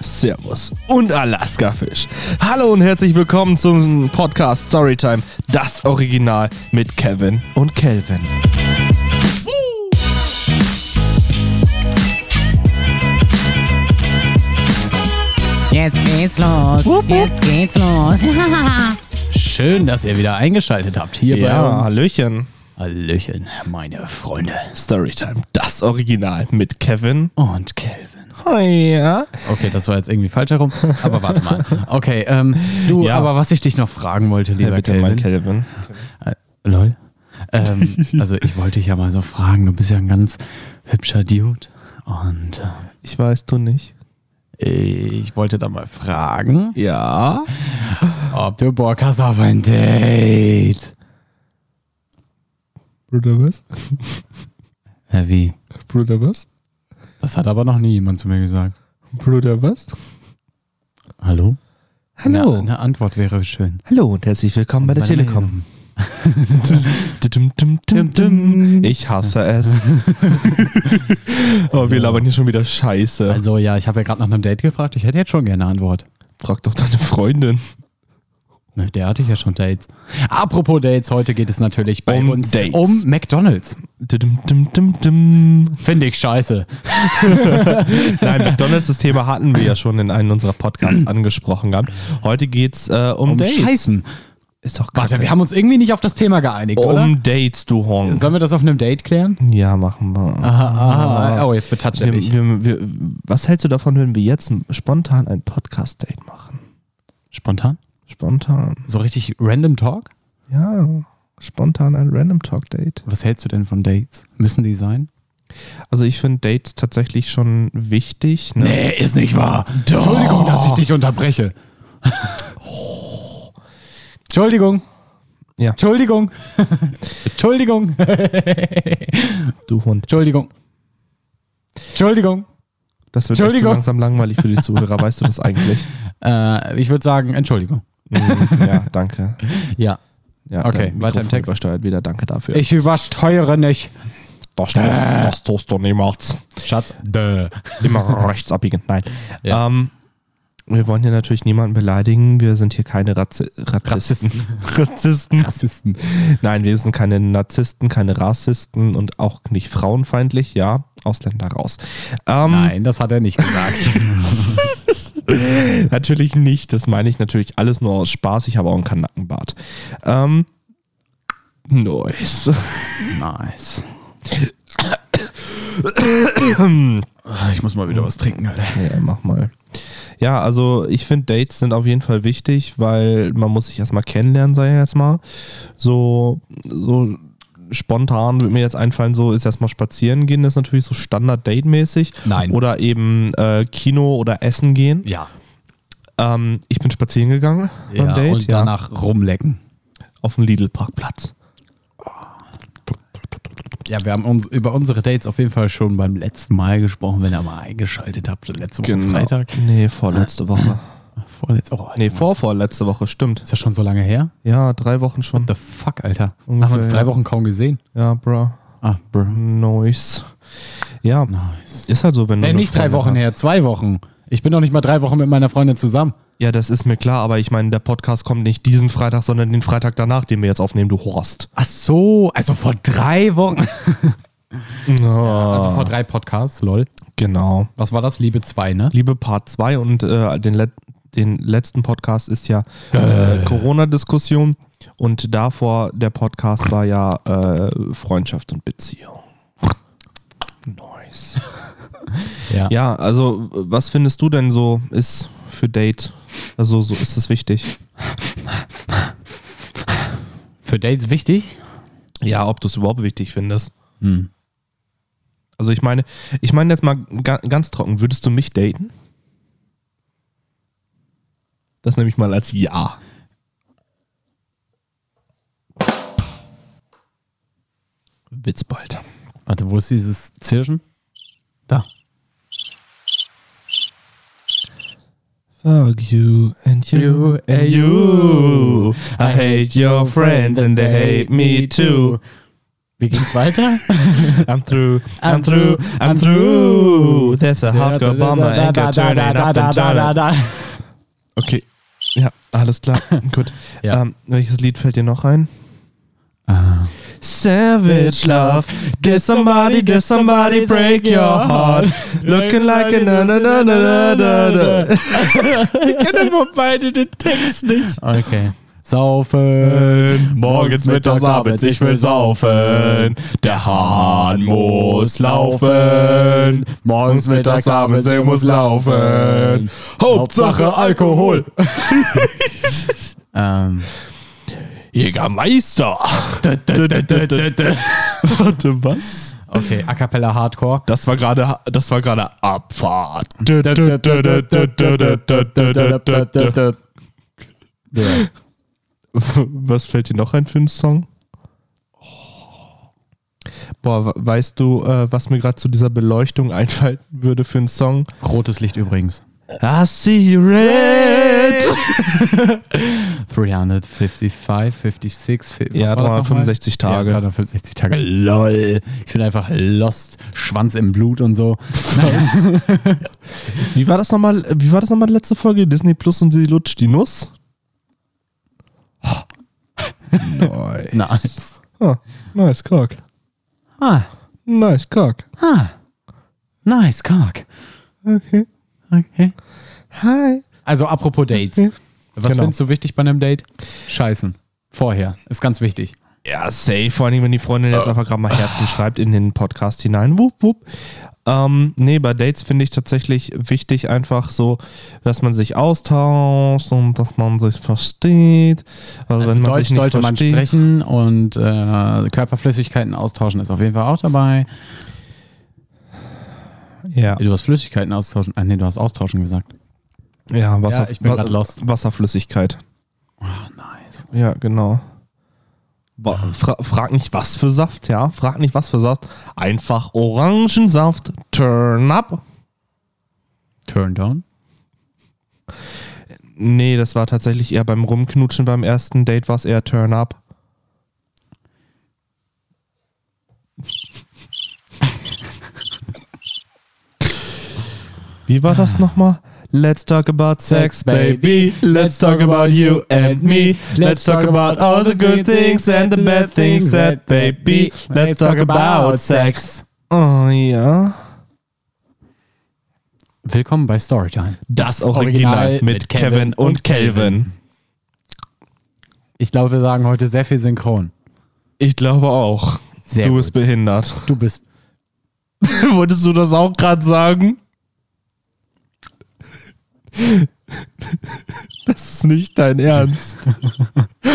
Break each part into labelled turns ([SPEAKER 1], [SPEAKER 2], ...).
[SPEAKER 1] Servus und Alaska-Fisch. Hallo und herzlich willkommen zum Podcast Storytime, das Original mit Kevin und Kelvin.
[SPEAKER 2] Jetzt geht's los. Jetzt geht's los.
[SPEAKER 3] Schön, dass ihr wieder eingeschaltet habt hier bei
[SPEAKER 1] Ja,
[SPEAKER 3] uns.
[SPEAKER 1] Hallöchen.
[SPEAKER 3] Hallöchen, meine Freunde.
[SPEAKER 1] Storytime, das Original mit Kevin.
[SPEAKER 3] Und Kelvin.
[SPEAKER 1] Oh ja.
[SPEAKER 3] Okay, das war jetzt irgendwie falsch herum, aber warte mal. Okay, ähm, du,
[SPEAKER 1] Ja.
[SPEAKER 3] aber was ich dich noch fragen wollte, lieber
[SPEAKER 1] bitte
[SPEAKER 3] Kelvin.
[SPEAKER 1] mal Kelvin.
[SPEAKER 3] Äh, lol. Ähm, also ich wollte dich ja mal so fragen, du bist ja ein ganz hübscher Dude und
[SPEAKER 1] Ich weiß, du nicht.
[SPEAKER 3] äh, ich wollte da mal fragen,
[SPEAKER 1] Ja.
[SPEAKER 3] ob du Bock hast auf ein Date.
[SPEAKER 1] Bruder was?
[SPEAKER 3] Äh, wie?
[SPEAKER 1] Bruder was?
[SPEAKER 3] Das hat aber noch nie jemand zu mir gesagt.
[SPEAKER 1] Bruder was?
[SPEAKER 3] Hallo?
[SPEAKER 1] Hallo.
[SPEAKER 3] Eine, eine Antwort wäre schön.
[SPEAKER 1] Hallo und herzlich willkommen bei der
[SPEAKER 3] Meine
[SPEAKER 1] Telekom.
[SPEAKER 3] Meinung.
[SPEAKER 1] Dum, dum, dum, dum. Ich hasse es. oh, wir
[SPEAKER 3] So.
[SPEAKER 1] labern hier schon wieder Scheiße.
[SPEAKER 3] Also ja, ich habe ja gerade nach einem Date gefragt. Ich hätte jetzt schon gerne eine Antwort.
[SPEAKER 1] frag doch deine Freundin.
[SPEAKER 3] Mit der hatte ich ja schon Dates. Apropos Dates, heute geht es natürlich bei
[SPEAKER 1] Um
[SPEAKER 3] uns
[SPEAKER 1] Dates.
[SPEAKER 3] um McDonalds.
[SPEAKER 1] Dum, dum, dum, dum.
[SPEAKER 3] Finde ich scheiße.
[SPEAKER 1] Nein, McDonalds, das Thema hatten wir ja schon in einem unserer Podcasts angesprochen gehabt. Heute geht's äh, um,
[SPEAKER 3] Um
[SPEAKER 1] Dates.
[SPEAKER 3] Scheißen.
[SPEAKER 1] Ist doch
[SPEAKER 3] Warte,
[SPEAKER 1] kacke.
[SPEAKER 3] wir haben uns irgendwie nicht auf das Thema geeinigt, oder?
[SPEAKER 1] Um Dates, du Honk.
[SPEAKER 3] Sollen wir das auf einem Date klären?
[SPEAKER 1] Ja, machen wir.
[SPEAKER 3] Aha, aha. Oh, jetzt betatscht er
[SPEAKER 1] ah. wir,
[SPEAKER 3] mich.
[SPEAKER 1] wir, wir, was hältst du davon, wenn wir jetzt spontan ein Podcast-Date machen?
[SPEAKER 3] Spontan?
[SPEAKER 1] Spontan.
[SPEAKER 3] So richtig random Talk?
[SPEAKER 1] Ja, spontan ein Random Talk-Date.
[SPEAKER 3] Was hältst du denn von Dates? Müssen die sein?
[SPEAKER 1] Also ich finde Dates tatsächlich schon wichtig. Ne?
[SPEAKER 3] Nee, ist nicht wahr. Entschuldigung, dass ich dich unterbreche. Entschuldigung.
[SPEAKER 1] Ja.
[SPEAKER 3] Entschuldigung. Entschuldigung.
[SPEAKER 1] Du Hund.
[SPEAKER 3] Entschuldigung. Entschuldigung.
[SPEAKER 1] Das wird echt so
[SPEAKER 3] Entschuldigung.
[SPEAKER 1] langsam langweilig für die Zuhörer. weißt du das eigentlich?
[SPEAKER 3] Äh, ich würde sagen, Entschuldigung.
[SPEAKER 1] Mhm, ja, danke.
[SPEAKER 3] Ja.
[SPEAKER 1] Ja,
[SPEAKER 3] Okay,
[SPEAKER 1] dein
[SPEAKER 3] weiter im
[SPEAKER 1] Mikrofon
[SPEAKER 3] Text.
[SPEAKER 1] Übersteuert wieder, danke dafür. Äh.
[SPEAKER 3] Ich übersteuere nicht.
[SPEAKER 1] das, tust, das tust du niemals.
[SPEAKER 3] Schatz. Dö.
[SPEAKER 1] Immer rechts abbiegen. Nein.
[SPEAKER 3] Ja.
[SPEAKER 1] Ähm, wir wollen hier natürlich niemanden beleidigen. Wir sind hier keine Razi Razzisten. Razzisten.
[SPEAKER 3] Rassisten.
[SPEAKER 1] Nein, wir sind keine Narzissten, keine Rassisten und auch nicht frauenfeindlich. Ja, Ausländer raus. Ähm,
[SPEAKER 3] Nein, das hat er nicht gesagt.
[SPEAKER 1] Natürlich nicht. Das meine ich natürlich alles nur aus Spaß. Ich habe auch einen Kanackenbart. Ähm, nice.
[SPEAKER 3] nice. Ich muss mal wieder was trinken, Alter.
[SPEAKER 1] Ja, mach mal. Ja, also ich finde Dates sind auf jeden Fall wichtig, weil man muss sich erstmal kennenlernen, sei ja jetzt mal. So, so spontan würde mir jetzt einfallen, so ist erstmal spazieren gehen, das ist natürlich so Standard-Date-mäßig.
[SPEAKER 3] Nein.
[SPEAKER 1] Oder eben äh, Kino oder Essen gehen.
[SPEAKER 3] Ja.
[SPEAKER 1] Ähm, ich bin spazieren gegangen beim
[SPEAKER 3] ja
[SPEAKER 1] Date.
[SPEAKER 3] und
[SPEAKER 1] ja.
[SPEAKER 3] danach rumlecken.
[SPEAKER 1] auf dem Lidl-Parkplatz.
[SPEAKER 3] Ja, wir haben uns über unsere Dates auf jeden Fall schon beim letzten Mal gesprochen, wenn ihr mal eingeschaltet habt. Letzte Woche Freitag.
[SPEAKER 1] Genau. Nee,
[SPEAKER 3] Ah.
[SPEAKER 1] vorletzte Woche.
[SPEAKER 3] Vorletz oh, Alter,
[SPEAKER 1] Nee,
[SPEAKER 3] was-
[SPEAKER 1] vorvorletzte Woche, stimmt.
[SPEAKER 3] Ist das schon so lange her?
[SPEAKER 1] Ja, drei Wochen schon.
[SPEAKER 3] The fuck, Alter.
[SPEAKER 1] Ungefähr,
[SPEAKER 3] haben wir uns drei
[SPEAKER 1] ja. Hm.
[SPEAKER 3] Wochen kaum gesehen.
[SPEAKER 1] Ja, bruh.
[SPEAKER 3] Ah, bro.
[SPEAKER 1] Nice. Ja,
[SPEAKER 3] Nice.
[SPEAKER 1] ist halt so, wenn du.
[SPEAKER 3] Äh,
[SPEAKER 1] eine
[SPEAKER 3] nicht drei
[SPEAKER 1] Freundin
[SPEAKER 3] Wochen
[SPEAKER 1] hast.
[SPEAKER 3] her, zwei Wochen. Ich bin noch nicht mal drei Wochen mit meiner Freundin zusammen.
[SPEAKER 1] Ja, das ist mir klar, aber ich meine, der Podcast kommt nicht diesen Freitag, sondern den Freitag danach, den wir jetzt aufnehmen, du Horst.
[SPEAKER 3] Ach so, also vor drei Wochen.
[SPEAKER 1] Ja,
[SPEAKER 3] Also vor drei Podcasts, lol.
[SPEAKER 1] Ah, genau.
[SPEAKER 3] Was war das? Liebe 2, ne?
[SPEAKER 1] Liebe Part 2 und äh, den, let den letzten Podcast ist ja äh, Corona-Diskussion und davor der Podcast war ja äh, Freundschaft und Beziehung. Nice.
[SPEAKER 3] Ja.
[SPEAKER 1] Ja, also was findest du denn so ist für Date? Also so ist es wichtig.
[SPEAKER 3] Für Dates wichtig?
[SPEAKER 1] Ja, ob du es überhaupt wichtig findest.
[SPEAKER 3] Hm.
[SPEAKER 1] Also ich meine, ich meine jetzt mal ga ganz trocken, würdest du mich daten? Das nehme ich mal als Ja. Witz bald.
[SPEAKER 3] Warte, wo ist dieses Zirschen? Da.
[SPEAKER 1] Fuck you and
[SPEAKER 3] you and you.
[SPEAKER 1] I hate your friends and they hate me too.
[SPEAKER 3] Wie ging's weiter?
[SPEAKER 1] I'm through,
[SPEAKER 3] I'm through, I'm through.
[SPEAKER 1] There's a hot girl bomber and
[SPEAKER 3] Da,
[SPEAKER 1] go
[SPEAKER 3] da,
[SPEAKER 1] turn
[SPEAKER 3] da,
[SPEAKER 1] it
[SPEAKER 3] da,
[SPEAKER 1] up
[SPEAKER 3] da,
[SPEAKER 1] and
[SPEAKER 3] da,
[SPEAKER 1] down.
[SPEAKER 3] da, da.
[SPEAKER 1] Okay. Ja, alles klar. Gut.
[SPEAKER 3] Ja.
[SPEAKER 1] Ähm, welches Lied fällt dir noch ein?
[SPEAKER 3] Ah.
[SPEAKER 1] Savage Love. Did somebody, did somebody break your heart? Looking like a na na na na na na na.
[SPEAKER 3] Ich kenne nur beide den Text nicht. Okay. Saufen.
[SPEAKER 1] Morgens, mittags, abends, ich will saufen.
[SPEAKER 3] Der Hahn muss laufen. Morgens, mittags, abends, er muss laufen. Hauptsache Alkohol. Ähm.
[SPEAKER 1] Jägermeister. Warte, was?
[SPEAKER 3] Okay, A Cappella Hardcore.
[SPEAKER 1] Das war gerade, das war gerade Abfahrt. Was fällt dir noch ein für einen Song? Boah, we- weißt du, äh, was mir gerade zu dieser Beleuchtung einfallen würde für einen Song?
[SPEAKER 3] Rotes Licht übrigens.
[SPEAKER 1] I see red.
[SPEAKER 3] 355, 56, fi- was
[SPEAKER 1] Ja,
[SPEAKER 3] war das nochmal?
[SPEAKER 1] 365 Tage.
[SPEAKER 3] Ja, 365 Tage. LOL. Ich bin einfach lost. Schwanz im Blut und so.
[SPEAKER 1] Wie war das nochmal? Wie war das nochmal die letzte Folge? Disney Plus und sie lutscht die Nuss? nice.
[SPEAKER 3] Nice.
[SPEAKER 1] Ah, nice Cock.
[SPEAKER 3] Ah,
[SPEAKER 1] Nice Cock.
[SPEAKER 3] ah. Nice, Cock.
[SPEAKER 1] Okay.
[SPEAKER 3] Okay.
[SPEAKER 1] Hi.
[SPEAKER 3] Also, apropos Dates.
[SPEAKER 1] Okay.
[SPEAKER 3] Was
[SPEAKER 1] Genau.
[SPEAKER 3] findest du wichtig bei einem Date? Scheißen. Vorher. Ist ganz wichtig.
[SPEAKER 1] Ja, safe. Vor allem, wenn die Freundin jetzt einfach gerade mal Herzen schreibt in den Podcast hinein. Wupp, wupp. Ähm, nee, bei Dates finde ich tatsächlich wichtig einfach so, dass man sich austauscht und dass man sich versteht. Also,
[SPEAKER 3] Also
[SPEAKER 1] wenn man
[SPEAKER 3] Deutsch
[SPEAKER 1] sich nicht
[SPEAKER 3] sollte man
[SPEAKER 1] versteht.
[SPEAKER 3] sprechen und äh, Körperflüssigkeiten austauschen ist auf jeden Fall auch dabei. Also
[SPEAKER 1] Ja.
[SPEAKER 3] Du hast Flüssigkeiten austauschen. Ah, nee, du hast austauschen gesagt.
[SPEAKER 1] ja, Wasser,
[SPEAKER 3] Ja, ich bin grad lost.
[SPEAKER 1] Wasserflüssigkeit.
[SPEAKER 3] Ah, nice.
[SPEAKER 1] Ja, genau. Wa- Fra frag nicht, was für Saft, ja. Frag nicht, was für Saft. Einfach Orangensaft. Turn up.
[SPEAKER 3] Turn down.
[SPEAKER 1] Nee, das war tatsächlich eher beim Rumknutschen beim ersten Date, war es eher Turn Up. Wie war das nochmal? Let's talk about Ah. sex, baby. Let's talk about you and me. Let's talk about all the good things and the bad things that, baby. Let's talk about sex. Oh ja.
[SPEAKER 3] Willkommen bei Storytime.
[SPEAKER 1] Das Original mit Kevin und Calvin.
[SPEAKER 3] Ich glaube, wir sagen heute sehr viel synchron.
[SPEAKER 1] Ich glaube auch.
[SPEAKER 3] Sehr
[SPEAKER 1] du
[SPEAKER 3] gut.
[SPEAKER 1] bist behindert.
[SPEAKER 3] du bist.
[SPEAKER 1] Wolltest du das auch gerade sagen? Das ist nicht dein Ernst.
[SPEAKER 3] Ich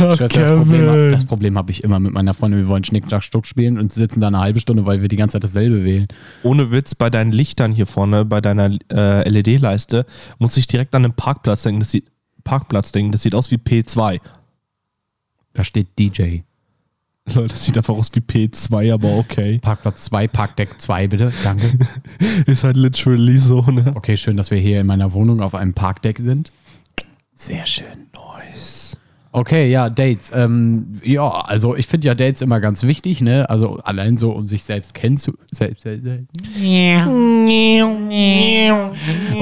[SPEAKER 3] weiß, das Problem,
[SPEAKER 1] Oh, Kevin.
[SPEAKER 3] das Problem habe ich immer mit meiner Freundin. Wir wollen Schnick, Schnack, Stuck spielen und sitzen da eine halbe Stunde, weil wir die ganze Zeit dasselbe wählen.
[SPEAKER 1] Ohne Witz, bei deinen Lichtern hier vorne, bei deiner äh, LED-Leiste, muss ich direkt an den Parkplatz denken. Das sieht, Parkplatz denken. Das sieht aus wie P2.
[SPEAKER 3] Da steht DJ.
[SPEAKER 1] Leute, das sieht einfach aus wie P2, aber okay.
[SPEAKER 3] Parkplatz 2, Parkdeck 2, bitte. Danke.
[SPEAKER 1] Ist halt literally so, ne?
[SPEAKER 3] Okay, schön, dass wir hier in meiner Wohnung auf einem Parkdeck sind. Sehr schön.
[SPEAKER 1] Nice.
[SPEAKER 3] Okay, ja, Dates. Ähm, ja, also ich finde ja Dates immer ganz wichtig, ne? Also allein so, um sich selbst kennenzu selbst, selbst, selbst, um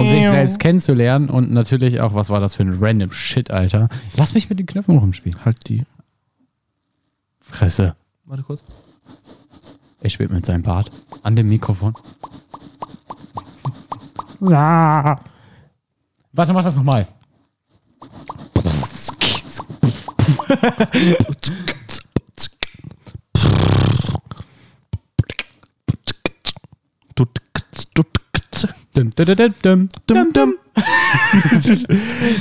[SPEAKER 3] sich selbst kennenzulernen und natürlich auch, was war das für ein random Shit, Alter? Lass mich mit den Knöpfen rumspielen.
[SPEAKER 1] Halt die.
[SPEAKER 3] Fresse.
[SPEAKER 1] Warte kurz.
[SPEAKER 3] Er spielt mit seinem Bart an dem Mikrofon. Warte, mach das nochmal. Dum, dum, dum, dum, dum, dum.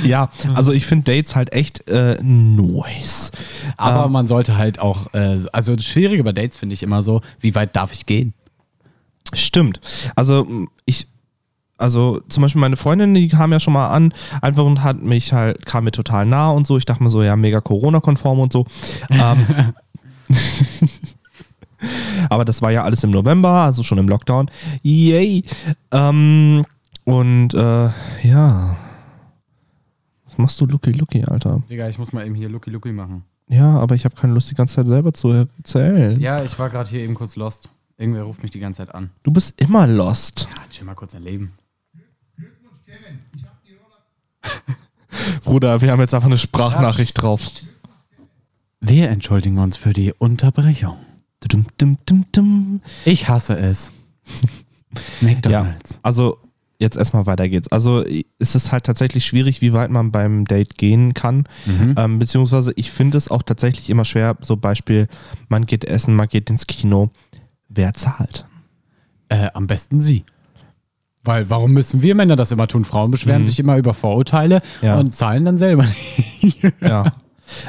[SPEAKER 1] Ja, also ich finde Dates halt echt äh, nice.
[SPEAKER 3] Aber man sollte halt auch, äh, also das Schwierige bei Dates finde ich immer so, wie weit darf ich gehen?
[SPEAKER 1] Stimmt. Also m, ich, also zum Beispiel meine Freundin, die kam ja schon mal an, einfach und hat mich halt, kam mir total nah und so. Ich dachte mir so, ja, mega Corona-konform und so. Ähm, aber das war ja alles im November, also schon im Lockdown. Yay. Ähm, und äh, ja. Was machst du, Lucky Lucky, Alter?
[SPEAKER 3] Digga, ich muss mal eben hier Lucky Lucky machen.
[SPEAKER 1] Ja, aber ich habe keine Lust, die ganze Zeit selber zu erzählen.
[SPEAKER 3] Ja, ich war gerade hier eben kurz lost. Irgendwer ruft mich die ganze Zeit an.
[SPEAKER 1] Du bist immer lost.
[SPEAKER 3] Ja, chill mal kurz dein Leben.
[SPEAKER 1] Bruder, wir haben jetzt einfach eine Sprachnachricht drauf.
[SPEAKER 3] Wir entschuldigen uns für die Unterbrechung.
[SPEAKER 1] Dum, dum, dum, dum.
[SPEAKER 3] Ich hasse es. McDonalds.
[SPEAKER 1] Also, jetzt erstmal weiter geht's. Also, es ist halt tatsächlich schwierig, wie weit man beim Date gehen kann.
[SPEAKER 3] Mhm.
[SPEAKER 1] Ähm, beziehungsweise, ich finde es auch tatsächlich immer schwer. So, Beispiel, man geht essen, man geht ins Kino. Wer zahlt?
[SPEAKER 3] Äh, am besten sie. Weil warum müssen wir Männer das immer tun? Frauen beschweren sich immer über Vorurteile
[SPEAKER 1] Ja.
[SPEAKER 3] und zahlen dann selber.
[SPEAKER 1] Ja.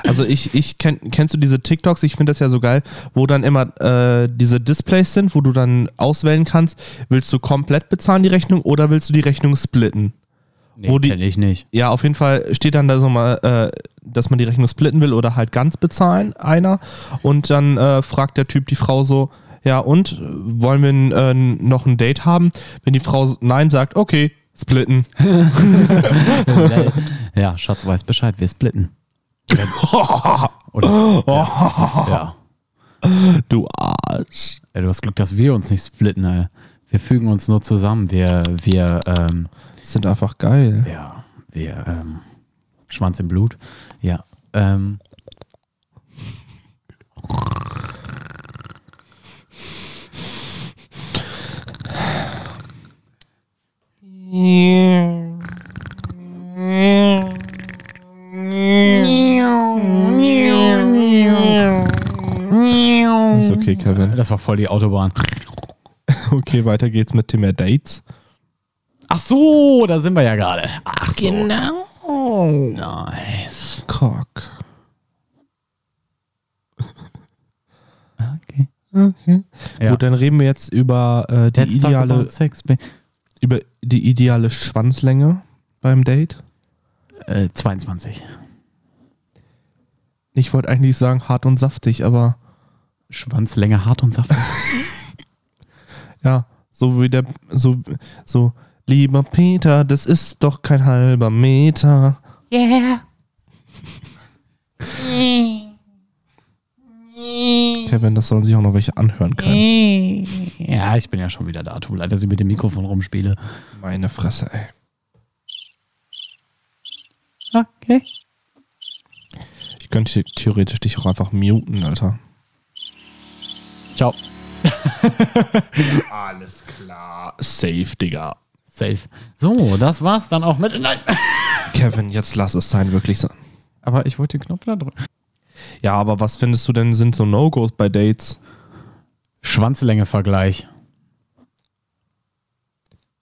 [SPEAKER 1] Also ich, ich kenn, kennst du diese TikToks, ich finde das ja so geil, wo dann immer äh, diese Displays sind, wo du dann auswählen kannst, willst du komplett bezahlen die Rechnung oder willst du die Rechnung splitten?
[SPEAKER 3] Nee,
[SPEAKER 1] Wo die-
[SPEAKER 3] kenn ich nicht.
[SPEAKER 1] Ja, auf jeden Fall steht dann da so mal, äh, dass man die Rechnung splitten will oder halt ganz bezahlen, einer. Und dann äh, fragt der Typ die Frau so, ja und, äh, wollen wir n- äh, noch ein Date haben? Wenn die Frau s- nein sagt, okay, splitten.
[SPEAKER 3] ja, Schatz weiß Bescheid, wir splitten. Oder, ja. ja.
[SPEAKER 1] Du Arsch.
[SPEAKER 3] Ja, du hast Glück, dass wir uns nicht splitten, Alter. Wir fügen uns nur zusammen. Wir, wir, ähm,
[SPEAKER 1] Sind einfach geil.
[SPEAKER 3] ja, wir, ähm, Schwanz im Blut. Ja, ähm.
[SPEAKER 1] Ist okay, Kevin.
[SPEAKER 3] Das war voll die Autobahn.
[SPEAKER 1] Okay, weiter geht's mit Thema Dates.
[SPEAKER 3] Ach so, da sind wir ja gerade. Ach so.
[SPEAKER 2] Genau.
[SPEAKER 3] Nice.
[SPEAKER 1] Cock.
[SPEAKER 3] Okay.
[SPEAKER 1] Okay.
[SPEAKER 3] Ja.
[SPEAKER 1] Gut, dann reden wir jetzt über äh, die
[SPEAKER 3] Let's talk about
[SPEAKER 1] ideale
[SPEAKER 3] sex, ba-
[SPEAKER 1] über die ideale Schwanzlänge beim Date.
[SPEAKER 3] äh, 22.
[SPEAKER 1] Ich wollte eigentlich sagen hart und saftig, aber
[SPEAKER 3] Schwanzlänge hart und saftig.
[SPEAKER 1] ja, so wie der so so lieber Peter, das ist doch kein halber Meter.
[SPEAKER 2] Yeah.
[SPEAKER 1] Kevin, das sollen sich auch noch welche anhören können.
[SPEAKER 3] ja, ich bin ja schon wieder da. Tut mir leid, dass ich mit dem Mikrofon rumspiele.
[SPEAKER 1] Meine Fresse, ey.
[SPEAKER 3] Okay.
[SPEAKER 1] Ich könnte theoretisch dich auch einfach muten, Alter.
[SPEAKER 3] Ciao.
[SPEAKER 1] Alles klar. Safe, Digga.
[SPEAKER 3] Safe. So, das war's dann auch mit. Nein.
[SPEAKER 1] Kevin, jetzt lass es sein, wirklich so.
[SPEAKER 3] Aber ich wollte den Knopf da drücken.
[SPEAKER 1] Ja, aber was findest du denn sind so No-Gos bei Dates?
[SPEAKER 3] Schwanzlänge-Vergleich.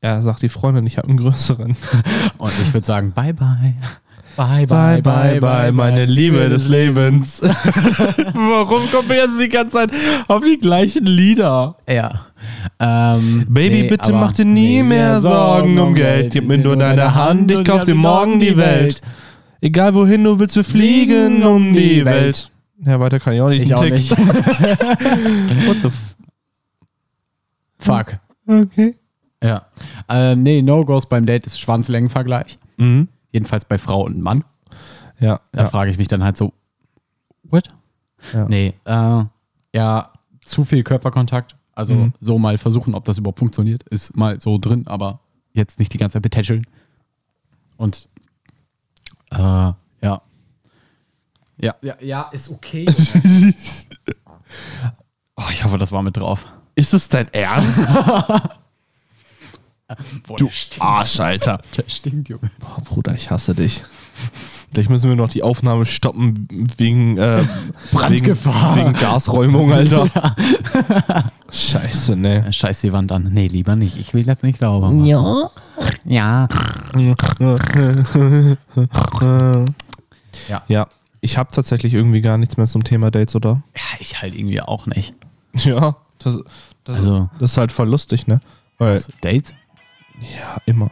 [SPEAKER 1] Ja, sagt die Freundin, ich habe einen größeren.
[SPEAKER 3] Und ich würde sagen, bye bye. Bye
[SPEAKER 1] Liebe des Lebens. Warum kommen wir jetzt die ganze Zeit auf die gleichen Lieder?
[SPEAKER 3] Ja. Ähm,
[SPEAKER 1] Baby,
[SPEAKER 3] nee,
[SPEAKER 1] bitte
[SPEAKER 3] aber-
[SPEAKER 1] mach dir nie
[SPEAKER 3] Nee,
[SPEAKER 1] mehr Sorgen um Geld. Gib mir nur deine Hand, ich kauf dir morgen die Welt. Egal wohin du willst, wir fliegen um die Welt. Ja, weiter kann ich auch nicht.
[SPEAKER 3] Ich
[SPEAKER 1] den
[SPEAKER 3] auch
[SPEAKER 1] Text.
[SPEAKER 3] nicht.
[SPEAKER 1] What the f
[SPEAKER 3] Fuck.
[SPEAKER 1] Okay.
[SPEAKER 3] Ja. Ähm, nee, No-Gos beim Date ist Schwanzlängenvergleich.
[SPEAKER 1] Mhm.
[SPEAKER 3] Jedenfalls bei Frau und Mann.
[SPEAKER 1] Ja,
[SPEAKER 3] Da
[SPEAKER 1] ja.
[SPEAKER 3] frage ich mich dann halt so, what?
[SPEAKER 1] Ja.
[SPEAKER 3] Nee, äh, ja, zu viel Körperkontakt. Also
[SPEAKER 1] Mhm.
[SPEAKER 3] so mal versuchen, ob das überhaupt funktioniert, ist mal so drin, aber jetzt nicht die ganze Zeit betätscheln. Und äh, ja. Ja, ja, ja, ist okay. oh, ich hoffe, das war mit drauf.
[SPEAKER 1] Ist es dein Ernst?
[SPEAKER 3] Boah,
[SPEAKER 1] Du
[SPEAKER 3] der stinkt,
[SPEAKER 1] Arsch, Alter.
[SPEAKER 3] der stinkt, Junge.
[SPEAKER 1] Boah, Oh, Bruder, ich hasse dich. Gleich müssen wir noch die Aufnahme stoppen wegen äh,
[SPEAKER 3] Brandgefahr.
[SPEAKER 1] Wegen, wegen Gasräumung, Alter. Scheiße, ne.
[SPEAKER 3] Scheiß die Wand an. Nee, lieber nicht. Ich will das nicht sauber machen.
[SPEAKER 2] Ja.
[SPEAKER 3] Ja. Ja.
[SPEAKER 1] Ja, ich habe tatsächlich irgendwie gar nichts mehr zum Thema Dates, oder?
[SPEAKER 3] ja, ich halt irgendwie auch nicht.
[SPEAKER 1] Ja, das, das,
[SPEAKER 3] Also-
[SPEAKER 1] das ist halt voll lustig, ne? Weil,
[SPEAKER 3] Dates?
[SPEAKER 1] ja, immer.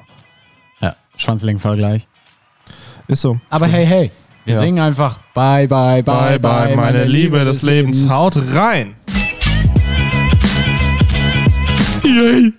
[SPEAKER 3] Ja, Schwanzlängenvergleich.
[SPEAKER 1] Ist so.
[SPEAKER 3] Aber hey, hey, wir
[SPEAKER 1] Ja.
[SPEAKER 3] singen einfach Bye, bye, bye,
[SPEAKER 1] Bye, bye, meine Liebe des Lebens. Haut rein! Yay!